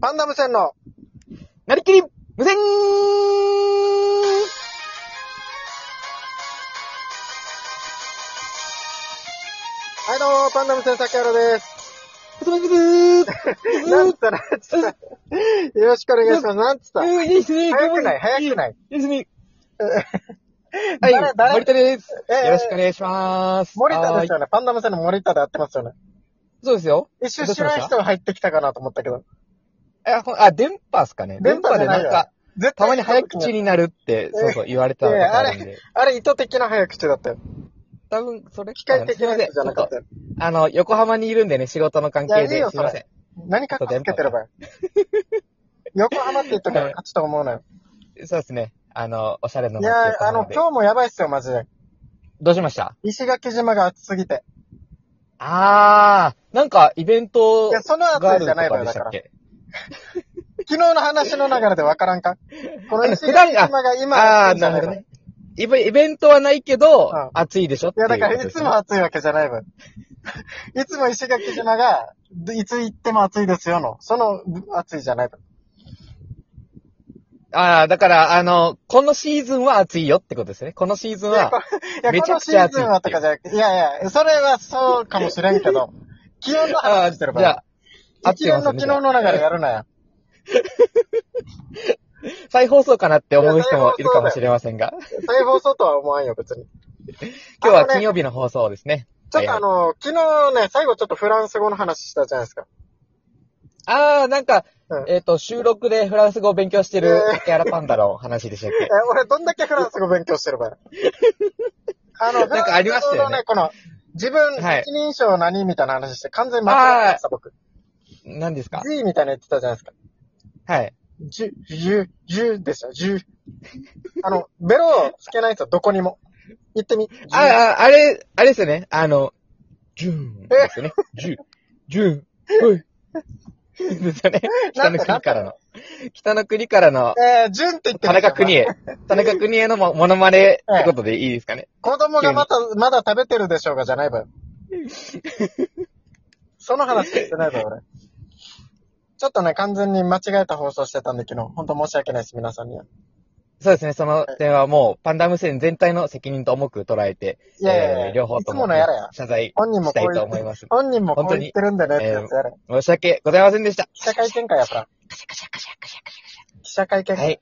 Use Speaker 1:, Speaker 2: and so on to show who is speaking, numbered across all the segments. Speaker 1: パンダム戦の、
Speaker 2: なりきり、無線
Speaker 1: はいどうも、パンダム戦崎原です。
Speaker 2: ブツブツブツー
Speaker 1: なんつったなんつったよろしくお願いします。なんつった
Speaker 2: うんいいですね。
Speaker 1: 早くない早くない
Speaker 2: いいですね。は
Speaker 1: 誰
Speaker 2: い、
Speaker 1: 誰
Speaker 2: 森田です。
Speaker 1: えー
Speaker 2: よろしくお願いします。
Speaker 1: 森田です
Speaker 2: はーい
Speaker 1: よね。パンダム戦の森田で合ってますよね。
Speaker 2: そうですよ。
Speaker 1: 一瞬知らない人が入ってきたかなと思ったけど。
Speaker 2: え、ほんあ、電波っすかね。
Speaker 1: 電波じ
Speaker 2: で
Speaker 1: ゃな
Speaker 2: ないん
Speaker 1: よ
Speaker 2: か、
Speaker 1: 絶
Speaker 2: たまに早口
Speaker 1: に。
Speaker 2: になるって、そうそう、言われたことあるんで。
Speaker 1: あれ、意図的な早口だったよ。
Speaker 2: 多分、それ、
Speaker 1: 機械的なやつじゃなかっ
Speaker 2: す
Speaker 1: た
Speaker 2: いませんちょ
Speaker 1: よ。
Speaker 2: っとあの、横浜にいるんでね、仕事の関係
Speaker 1: いやいい
Speaker 2: で。
Speaker 1: よ
Speaker 2: すいま
Speaker 1: そ
Speaker 2: せん。
Speaker 1: 何かっこつけてれば よ。横浜って言ったから勝ちと思うなよ。
Speaker 2: そうですね。あの、おしゃれない
Speaker 1: やー、あの、
Speaker 2: 日、
Speaker 1: 今日もやばいっすよ、マジで。
Speaker 2: どうしました
Speaker 1: 石垣島が暑すぎて。
Speaker 2: あー、なんか、イベント
Speaker 1: いや、その
Speaker 2: があ
Speaker 1: 暑
Speaker 2: る
Speaker 1: い
Speaker 2: ん
Speaker 1: じ
Speaker 2: と
Speaker 1: ゃないの
Speaker 2: か
Speaker 1: よ、
Speaker 2: で
Speaker 1: だ
Speaker 2: し
Speaker 1: から
Speaker 2: たっ。け
Speaker 1: 昨日の話の流れでわからんかこの石垣島が今
Speaker 2: ああ、
Speaker 1: 暑いんじ
Speaker 2: な
Speaker 1: ゃ
Speaker 2: る
Speaker 1: い
Speaker 2: ほ
Speaker 1: の
Speaker 2: どね。イベイベントはないけど、
Speaker 1: うん
Speaker 2: 暑いでしょっ
Speaker 1: い
Speaker 2: てい
Speaker 1: や、
Speaker 2: う
Speaker 1: だ
Speaker 2: こと
Speaker 1: から
Speaker 2: で
Speaker 1: い
Speaker 2: す
Speaker 1: つ
Speaker 2: ね
Speaker 1: も暑いわけじゃない分。いつも石垣島が、いつ行っても暑いですよの、その暑いじゃない分。
Speaker 2: ああ、だから、あの、このシーズンは暑いよってことですね。このシーズン
Speaker 1: いや、こ
Speaker 2: は、
Speaker 1: いや
Speaker 2: め
Speaker 1: こ
Speaker 2: ち
Speaker 1: の
Speaker 2: ゃく
Speaker 1: シ
Speaker 2: ちゃ
Speaker 1: ー
Speaker 2: 暑
Speaker 1: ズ
Speaker 2: いっていう
Speaker 1: ンはとかじゃなくて、いやいや、それはそうかもしれんけど、気温の
Speaker 2: ああ
Speaker 1: 話
Speaker 2: ー、
Speaker 1: してる
Speaker 2: じゃ
Speaker 1: か
Speaker 2: あ、
Speaker 1: ら。
Speaker 2: 合っ
Speaker 1: 一
Speaker 2: てま
Speaker 1: 連
Speaker 2: す
Speaker 1: の
Speaker 2: ね。
Speaker 1: 昨日の流れやるなよ。
Speaker 2: 再放送かなって思う人もいるかもしれませんが、
Speaker 1: 再放送とは思わんよ、別に。
Speaker 2: 今日は金
Speaker 1: 曜
Speaker 2: 曜日の放送ですね。
Speaker 1: ちょっとあの、昨日ね、最後ちょっとフランス語の話したじゃないですか。
Speaker 2: ああ、なんか、
Speaker 1: うん
Speaker 2: えっ、と、収録でフランス語を勉強してる竹原パンダの話でしたっ
Speaker 1: え、
Speaker 2: け
Speaker 1: 俺どんだけフランス語勉強してるばよ。あの、
Speaker 2: なんかありました
Speaker 1: フラ
Speaker 2: よね
Speaker 1: ンス語のね、この、自分、
Speaker 2: はい
Speaker 1: 一人称何みたいな話して、完全に間違えてました、僕。
Speaker 2: 何ですか
Speaker 1: G みたいなの言ってたじゃないですか。
Speaker 2: はい。
Speaker 1: ジュ、ジュ、ジュでした、ジュ。あの、ベロをつけないんですよ、どこにも。言ってみ。
Speaker 2: ああ、あれ、あれですよね。あの、ジューンですよね。ジューン、ジューン、ほい。ですよね。北の国からの。北の国からの
Speaker 1: ジュえー、ジュンって言って
Speaker 2: 田
Speaker 1: みて
Speaker 2: 中邦衛。田中邦衛のもモノマネってことでいいですかね。
Speaker 1: 子供がまた、まだ食べてるでしょうが、じゃない わよ。その話してないわよ、俺。ちょっとね、完全に間違えた放送してたんで、昨日。本当申し訳ないです、皆さんには。
Speaker 2: そうですね。その点はもう、パンダ無線全体の責任と重く捉えて、
Speaker 1: いやいやいや
Speaker 2: えー両方
Speaker 1: い
Speaker 2: と
Speaker 1: つ
Speaker 2: も
Speaker 1: ものやれよ
Speaker 2: 謝罪
Speaker 1: 本人も
Speaker 2: し
Speaker 1: こ
Speaker 2: たいうと
Speaker 1: 言っ
Speaker 2: 思い
Speaker 1: て、
Speaker 2: ます。
Speaker 1: 本人もこう言ってるんだねってやつやれ。
Speaker 2: 申し訳ございませんでした。
Speaker 1: 記者会見会やから。記者会見
Speaker 2: は
Speaker 1: 会。
Speaker 2: い。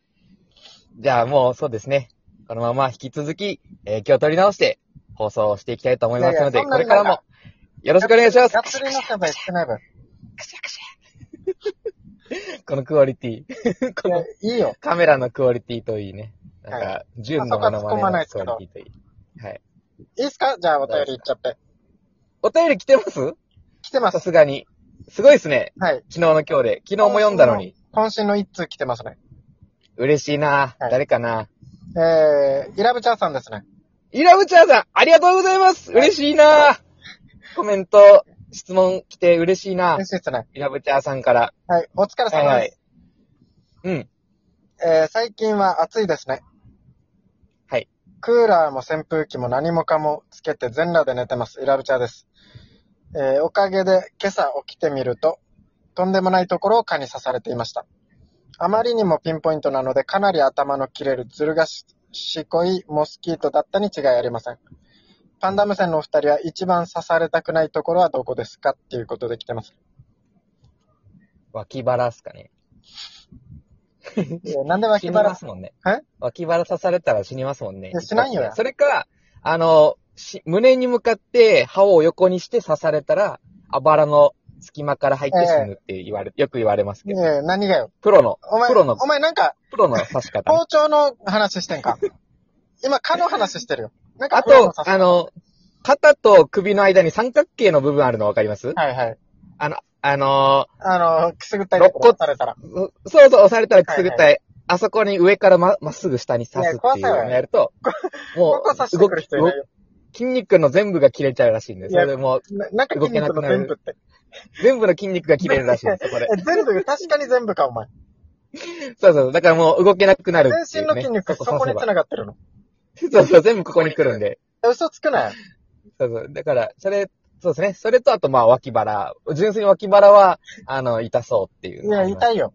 Speaker 2: じゃあもうそうですね。このまま引き続き、えー気を取り直して放送をしていきたいと思います
Speaker 1: い
Speaker 2: の
Speaker 1: や
Speaker 2: で、
Speaker 1: いやそん
Speaker 2: こ
Speaker 1: な
Speaker 2: れ
Speaker 1: に
Speaker 2: からもよろしくお願いします
Speaker 1: が。っつりの謝罪してない分。
Speaker 2: このクオリティ。こ
Speaker 1: いや
Speaker 2: の
Speaker 1: いいよ。
Speaker 2: カメラのクオリティといいね。なん
Speaker 1: は
Speaker 2: か、純のモノマネのクオリティといい。はい。
Speaker 1: いいっすかじゃあお便り行っちゃって。
Speaker 2: お便り来てます
Speaker 1: 来てま
Speaker 2: さ
Speaker 1: す。
Speaker 2: すがに。すごいですね。
Speaker 1: はい。
Speaker 2: 昨日の今日で。昨日も読んだのに。
Speaker 1: 今週の一通来てますね。
Speaker 2: 嬉しいな、
Speaker 1: はい
Speaker 2: 誰かな
Speaker 1: えー、イラブチャーさんですね。
Speaker 2: イラブチャーさん、ありがとうございます
Speaker 1: はい
Speaker 2: 嬉しいなコメント、質問来て嬉しいな
Speaker 1: 嬉しいですね。
Speaker 2: イラブチャーさんから。
Speaker 1: はい。お疲れ様です。
Speaker 2: はいはい。うん。
Speaker 1: えー最近は暑いですね。
Speaker 2: はい。
Speaker 1: クーラーも扇風機も何もかもつけて全裸で寝てます。イラルチャーです。えーおかげで今朝起きてみると、とんでもないところを蚊に刺されていました。あまりにもピンポイントなので、かなり頭の切れるずるがしこいモスキートだったに違いありません。パンダ無線のお二人は一番刺されたくないところはどこですかっていうことで来てます。
Speaker 2: 脇腹っすかね。
Speaker 1: えーなんで脇
Speaker 2: 死にま
Speaker 1: 腹
Speaker 2: すもんね。
Speaker 1: え
Speaker 2: 脇腹刺されたら死にますもんね
Speaker 1: いや。しないよ
Speaker 2: それか、あの、し胸に向かって歯を横にして刺されたら、あばらの隙間から入って死ぬって言われ、よく言われますけど。
Speaker 1: えー何がよ。
Speaker 2: プロの
Speaker 1: お、前、
Speaker 2: プロの
Speaker 1: お、前なんか、
Speaker 2: プロの刺し方ね。
Speaker 1: 包丁の話してんか。今、蚊の話してるよ。なんか、
Speaker 2: あと、あ、の、肩と首の間に三角形の部分あるのわかります
Speaker 1: はいはい。
Speaker 2: あの、あの
Speaker 1: あの、くすぐったり
Speaker 2: 肋骨
Speaker 1: されたら。
Speaker 2: ーうそうそう押されたらくすぐったい、
Speaker 1: は
Speaker 2: あそこに上からま、まっすぐ下に刺すっていうのをやると、も
Speaker 1: ここ刺
Speaker 2: う、
Speaker 1: して
Speaker 2: 動
Speaker 1: くる
Speaker 2: き、
Speaker 1: 人いない
Speaker 2: 動
Speaker 1: よ。
Speaker 2: 筋肉の全部が切れちゃうらしいんで、
Speaker 1: い
Speaker 2: そ
Speaker 1: や
Speaker 2: れでもう、
Speaker 1: ななんか
Speaker 2: 動
Speaker 1: 筋
Speaker 2: けな
Speaker 1: 肉
Speaker 2: く
Speaker 1: の
Speaker 2: なる
Speaker 1: 全部って。
Speaker 2: 全部の筋肉が切れ るらしいんです、そこで。
Speaker 1: え、全部、確かに全部か、お 前。
Speaker 2: そうそう、だからもう動けなくなるってい
Speaker 1: 全身
Speaker 2: う、
Speaker 1: の
Speaker 2: ね。
Speaker 1: 筋肉、そこに
Speaker 2: 刺
Speaker 1: 繋がってるの。
Speaker 2: せばそうそう、全部ここに来るんで。
Speaker 1: え嘘つくなよ。
Speaker 2: そうそう、だから、それ、そうですね。それと、あと、まあ、脇腹。純粋に脇腹は、あの、痛そうってい
Speaker 1: い
Speaker 2: うのがあ
Speaker 1: や、
Speaker 2: ります。
Speaker 1: 痛いよ。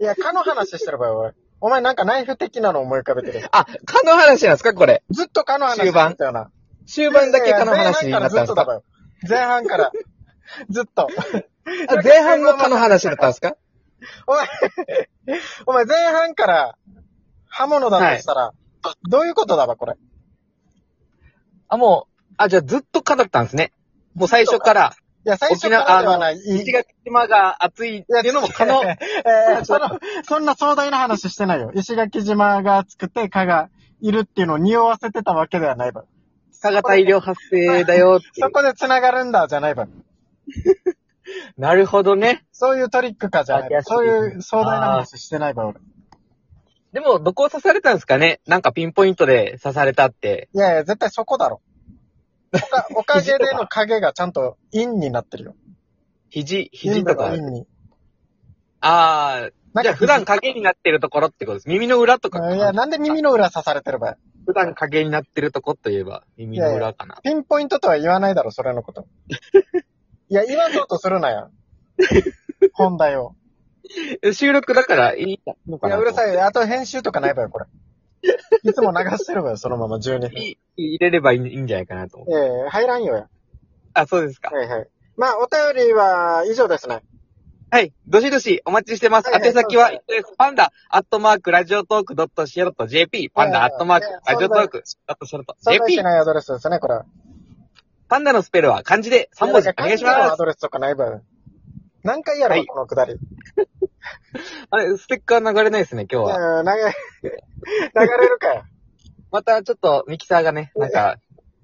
Speaker 1: いや、蚊の話してる場合、俺。お前なんかナイフ的なの思い浮かべてる。
Speaker 2: あ、蚊の話なんですかこれ。
Speaker 1: ずっと蚊の話
Speaker 2: 終
Speaker 1: して
Speaker 2: 盤
Speaker 1: たよな。
Speaker 2: 終盤だけ蚊の話
Speaker 1: い
Speaker 2: に
Speaker 1: や
Speaker 2: なったんですか
Speaker 1: 前半からずっとだよ。前半からずっと。
Speaker 2: あ前半も蚊の話だったんですか
Speaker 1: お前、お前前半から刃物だとしたら、どういうことだわ、これ。
Speaker 2: あ、もう、あ、じゃあずっと蚊だったんですね。もう最初から、
Speaker 1: いや、最初
Speaker 2: 沖
Speaker 1: か
Speaker 2: 縄、
Speaker 1: ら
Speaker 2: あ
Speaker 1: では
Speaker 2: の
Speaker 1: ない。、いい
Speaker 2: 石垣島が暑いっていうのも蚊の、
Speaker 1: えーそ の、そんな壮大な話してないよ。石垣島が暑くて蚊がいるっていうのを匂わせてたわけではないわ。
Speaker 2: 蚊が大量発生だよっていう
Speaker 1: そこで繋がるんだ、じゃないわ。
Speaker 2: なるほどね。
Speaker 1: そういうトリックか、じゃないわ。
Speaker 2: あ
Speaker 1: そ
Speaker 2: いうや
Speaker 1: いう壮大な話してないわ、俺。
Speaker 2: でも、どこを刺されたんですかねなんかピンポイントで刺されたって。
Speaker 1: いやいや、絶対そこだろ。お かおかげでの影がちゃんと陰になってるよ。
Speaker 2: 肘、肘とか
Speaker 1: 陰。の陰に。
Speaker 2: あ
Speaker 1: な
Speaker 2: あ、
Speaker 1: ん
Speaker 2: じゃ
Speaker 1: か
Speaker 2: あ普段影になってるところってことです。耳の裏とかか
Speaker 1: いや、なんで耳の裏刺されてる場合。
Speaker 2: 普段影になってるとこといえば、耳の裏かな。
Speaker 1: ピンポイントとは言わないだろ、それの こと。いや、言わそうとするなよ。本題を。
Speaker 2: 収録だからいいの
Speaker 1: い
Speaker 2: かな
Speaker 1: や、うるさ
Speaker 2: い。
Speaker 1: い。あと編集とかないわよ、これ。いつも流してるわよ、そのまま12分。え
Speaker 2: 入れればいいいいんじゃないかなと思って。
Speaker 1: え入らんよや。
Speaker 2: あ、そうですか。
Speaker 1: はいはい。まあ、お便りは以上ですね。
Speaker 2: はい。どしどしお待ちしてます。
Speaker 1: はいはい
Speaker 2: 宛先は
Speaker 1: そう、
Speaker 2: パンダ、アットマーク、ラジオトーク、ドット、シェロト、JP、パン
Speaker 1: い
Speaker 2: ダ、
Speaker 1: や
Speaker 2: ア
Speaker 1: いや
Speaker 2: ットマーク
Speaker 1: いや、
Speaker 2: ラジオトーク、ドット、シェロト、
Speaker 1: 存在し
Speaker 2: JP、
Speaker 1: ないアドレスですね、これは。
Speaker 2: パンダのスペルは漢字で3文字お願いし
Speaker 1: いやなんか漢字の
Speaker 2: ま
Speaker 1: ア
Speaker 2: す。
Speaker 1: ドレスとかないわよ。何回やろ
Speaker 2: は
Speaker 1: う、
Speaker 2: い
Speaker 1: このくだり。
Speaker 2: あれ、ステッカー流れないですね、今日
Speaker 1: いや、
Speaker 2: は。
Speaker 1: 流れ、 流れるかよ。
Speaker 2: またちょっとミキサーがね、なんか、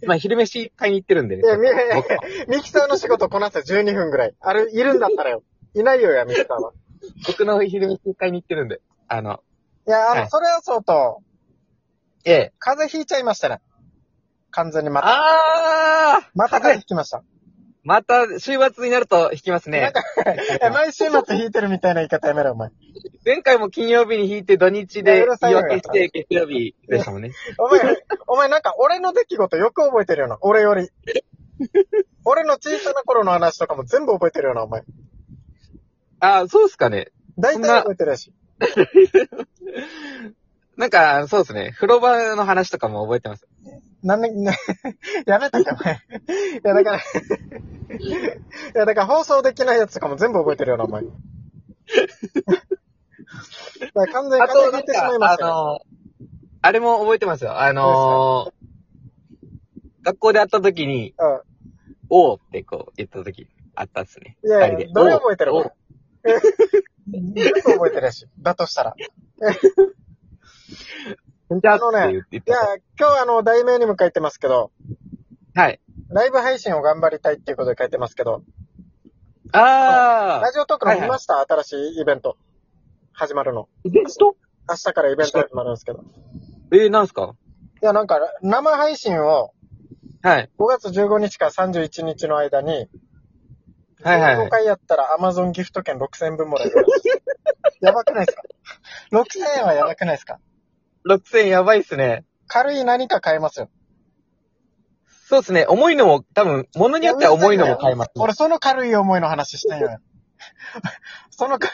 Speaker 2: まあ昼飯買いに行ってるんでね
Speaker 1: い。や、み、
Speaker 2: 僕
Speaker 1: ミキサーの仕事こなせ12分ぐらい。あれ、いるんだったらよ。いないよや、ミキサーは。
Speaker 2: 僕の昼飯買いに行ってるんで。あの、
Speaker 1: いや、あ
Speaker 2: は
Speaker 1: の、
Speaker 2: い
Speaker 1: それはそうと、
Speaker 2: ええ。
Speaker 1: 風邪ひいちゃいましたね。完全にまた、
Speaker 2: あー
Speaker 1: また風邪ひきました。
Speaker 2: また週末になると弾きます
Speaker 1: なん
Speaker 2: ね。
Speaker 1: か、え毎週末ひいてるみたいな言い方やめろ、お前。
Speaker 2: 前回も金曜日に弾いて土日
Speaker 1: いや
Speaker 2: で
Speaker 1: うるさ
Speaker 2: 言
Speaker 1: い
Speaker 2: い
Speaker 1: よ
Speaker 2: 訳して月曜日でしたもんね。
Speaker 1: お前、 お前なんか俺の出来事よく覚えてるよな、俺より。俺の小さな頃の話とかも全部覚えてるよな、お前。
Speaker 2: あーそうっすかね。
Speaker 1: 大体覚えてるし。
Speaker 2: なんか、そうですね。風呂場の話とかも覚えてます。
Speaker 1: なんで、ね やめたか、お前。いや、だから、いや、だから放送できないやつとかも全部覚えてるよな、お 前。だから完全に
Speaker 2: あ
Speaker 1: 風
Speaker 2: と、
Speaker 1: 邪ひ
Speaker 2: なん
Speaker 1: いてしまい
Speaker 2: か、
Speaker 1: まし
Speaker 2: あ
Speaker 1: たよ。
Speaker 2: の、あれも覚えてますよ。あの学校で会った時に、
Speaker 1: うん
Speaker 2: おうってこう言った時、あったっすね。
Speaker 1: いや
Speaker 2: 二
Speaker 1: い
Speaker 2: 人
Speaker 1: や
Speaker 2: で、
Speaker 1: どれ覚えてる
Speaker 2: おう
Speaker 1: お前。全部覚えてるし。 だとしたら。い
Speaker 2: じゃあ、
Speaker 1: あのね
Speaker 2: って言って
Speaker 1: や、今日あの、題名にも書いてますけど、
Speaker 2: はい。
Speaker 1: ライブ配信を頑張りたいっていうことで書いてますけど、
Speaker 2: あ
Speaker 1: ラジオトークの
Speaker 2: はいは
Speaker 1: 見
Speaker 2: い
Speaker 1: ました、新しいイベント。始まるの。
Speaker 2: ー、イベント
Speaker 1: 明日からイベント始まるんですけど。い
Speaker 2: えー、なんすか
Speaker 1: や、なんか、生配信を
Speaker 2: はい。
Speaker 1: 5月15日から31日の間に、
Speaker 2: はいはいはい
Speaker 1: 15回やったら Amazon ギフト券6000円分もらえ るらしいです。やばくないですか ?6000 円はやばくないですか
Speaker 2: 6000やばいっすね。
Speaker 1: 軽い何か買えますよ。
Speaker 2: そうっすね。重いのも、多分、物によっては重いのも買えます、ね。
Speaker 1: 俺、その軽い思いの話してんよ。 そのか、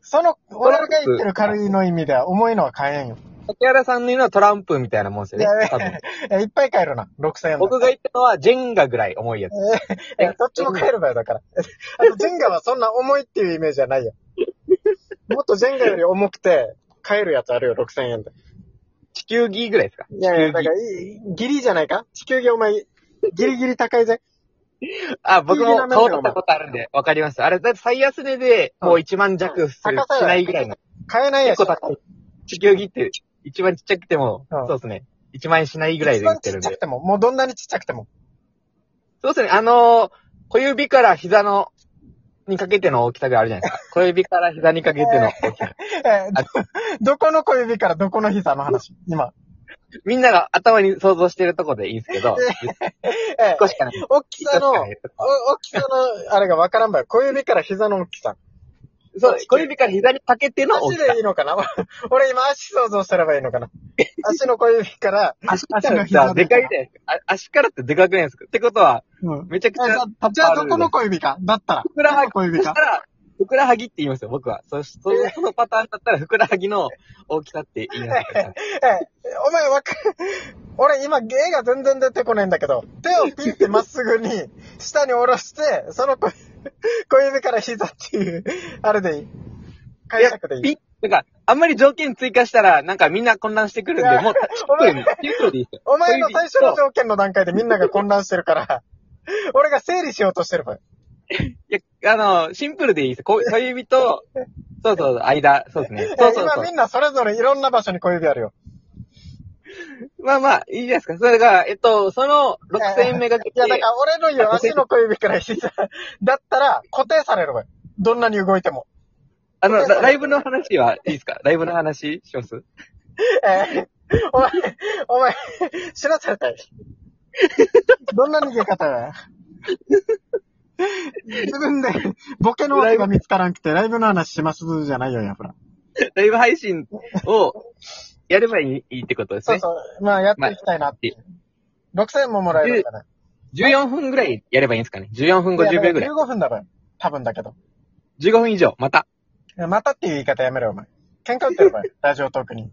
Speaker 1: その、俺が言ってる軽いの意味では重いのは買えんよ。
Speaker 2: 竹原さんの言うのはトランプみたいなもんですよね。多分。
Speaker 1: いや、いっぱい買えるな。6000円だ
Speaker 2: 僕が言ったのは、ジェンガぐらい重いやつ。
Speaker 1: いや、どっちも買える場合だから。あと、ジェンガはそんな重いっていうイメージじゃないよ。もっとジェンガより重くて、買えるやつあるよ、6000円で。
Speaker 2: 地球儀ぐらいですか
Speaker 1: いやいや、だから、いギリじゃないか地球儀お前、ギリギリ高いぜ。
Speaker 2: あ、僕
Speaker 1: 地球儀
Speaker 2: も
Speaker 1: なん
Speaker 2: 買
Speaker 1: だよ
Speaker 2: おうとしたことあるんで、わかります。あれ、だって最安値で、もう1万弱する
Speaker 1: 高さが
Speaker 2: しないぐらいの。
Speaker 1: 買えないや
Speaker 2: 結
Speaker 1: つ。
Speaker 2: 構高い。地球儀って、一番ちっちゃくても、
Speaker 1: うん
Speaker 2: そうですね。1万円しないぐらい
Speaker 1: 一
Speaker 2: で売っ
Speaker 1: 番
Speaker 2: て
Speaker 1: ち
Speaker 2: る
Speaker 1: っ
Speaker 2: ん
Speaker 1: ちゃく
Speaker 2: で。
Speaker 1: ても、もうどんなにちっちゃくても。
Speaker 2: そうですね。あのー小指から膝の、にかけての大きさがあるじゃ ないですか。小指から膝にかけての大きさ。
Speaker 1: えーどどこの小指からどこの膝の話今。
Speaker 2: みんなが頭に想像してるとこでいいんです けど、
Speaker 1: えー
Speaker 2: 少しかない。
Speaker 1: 大きさの、お
Speaker 2: 少しかない
Speaker 1: 大きさの、あれがわからんばよ。小指から膝の大きさ。
Speaker 2: そう、小指から膝にかけての大
Speaker 1: 足
Speaker 2: きさ
Speaker 1: でいいのかな 俺今足想像すればいいの かな足の小指から、
Speaker 2: 足か
Speaker 1: 足の
Speaker 2: ら
Speaker 1: 膝
Speaker 2: さ、でかいじゃないですか。あ足からってでかくないですかってことは、めちゃくち
Speaker 1: えじゃ
Speaker 2: ゃ、
Speaker 1: あ、じゃあどこの小指かだったら。
Speaker 2: ふくらはぎ
Speaker 1: どこの小
Speaker 2: そ
Speaker 1: 指
Speaker 2: し
Speaker 1: か
Speaker 2: た。ら、ふくらはぎって言いますよ、僕は。そ、その、そのパターンだったら、ふくらはぎの大きさって言いますから。
Speaker 1: ええ、お前わかる。俺今芸が全然出てこないんだけど、手をピンってまっすぐに下に下ろして、その小指小指から膝っていう、あれでいい。解釈でいい。
Speaker 2: ピッ、なんか、あんまり条件追加したら、なんかみんな混乱してくるん
Speaker 1: い
Speaker 2: で、
Speaker 1: や
Speaker 2: もう、シンプルに、シンプルでいいですよ。
Speaker 1: お前の
Speaker 2: 小
Speaker 1: 最
Speaker 2: 指
Speaker 1: 初の条件の段階でみんなが混乱してるから、俺が整理しようとしてる分。
Speaker 2: いや、あの、シンプルでいいです。こう小指と、そうそう、間、そうですね。そうそうそ
Speaker 1: 今みんなそれぞれいろんな場所に小指あるよ。
Speaker 2: う。まあまあ、いいじゃないですか。それが、えっと、その6000目がけ
Speaker 1: いや、だか
Speaker 2: て、
Speaker 1: ら俺の言う足の小指から膝だったら固定される分。どんなに動いても。
Speaker 2: あの、ラライブの話はいいですかライブの話します
Speaker 1: えーお前、お前、知らされたい。どんな逃げ方や自分で、ボケの枠が見つからんくて、ライブの話しますじゃないよ、やふら。
Speaker 2: ライブ配信をやればいいいいってことです
Speaker 1: そう
Speaker 2: ね。
Speaker 1: そう。まあ、やっていきたいなっていう。6000ももらえるからね。
Speaker 2: 14分ぐらいやればいいんですかね ?14 分50秒ぐらい。
Speaker 1: 15分だろ。多分だけど。
Speaker 2: 15分以上、また。
Speaker 1: またっていう言い方やめろよ、お前。喧嘩売ってる ばよ、ラジオトークに。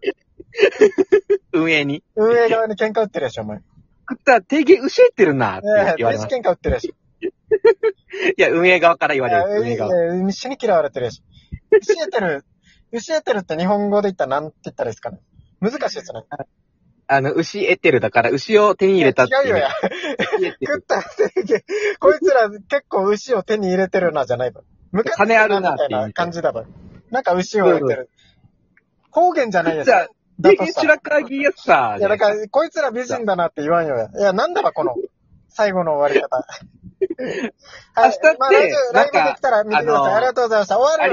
Speaker 2: 運営に。
Speaker 1: 運営側に喧嘩売ってるでしょ、お前。ね
Speaker 2: あった、定義教えてるなって
Speaker 1: え、
Speaker 2: 言われ
Speaker 1: 別
Speaker 2: ます。
Speaker 1: 喧嘩売ってるでしょ。
Speaker 2: いや、運営側から言わ
Speaker 1: い
Speaker 2: れ
Speaker 1: や
Speaker 2: る。運営側。
Speaker 1: えー一緒に嫌われてるし。教えて る、教えてるって日本語で言ったらなんて言ったらいいですかね。難しいですね。
Speaker 2: あの、牛エテルだから、牛を手に入れたってい
Speaker 1: 違
Speaker 2: う。
Speaker 1: うよや。
Speaker 2: 牛エテル
Speaker 1: 食ったって言うけこいつら結構牛を手に入れてるな、じゃないば。昔
Speaker 2: 金あるなっていう
Speaker 1: みたいな感じだば。なんか牛を入れてる。方言じゃないです
Speaker 2: じゃあ
Speaker 1: よ。、だとしたら。
Speaker 2: 白川ギやさ。
Speaker 1: いや、だから、こいつら美人だなって言わんよや。いや、なんだば、この、最後の終わり方。はい
Speaker 2: 明日って
Speaker 1: まあラジオライブ
Speaker 2: なんか
Speaker 1: できたら見てくださ
Speaker 2: あ
Speaker 1: い。
Speaker 2: の
Speaker 1: ありがとうございました。終わるよ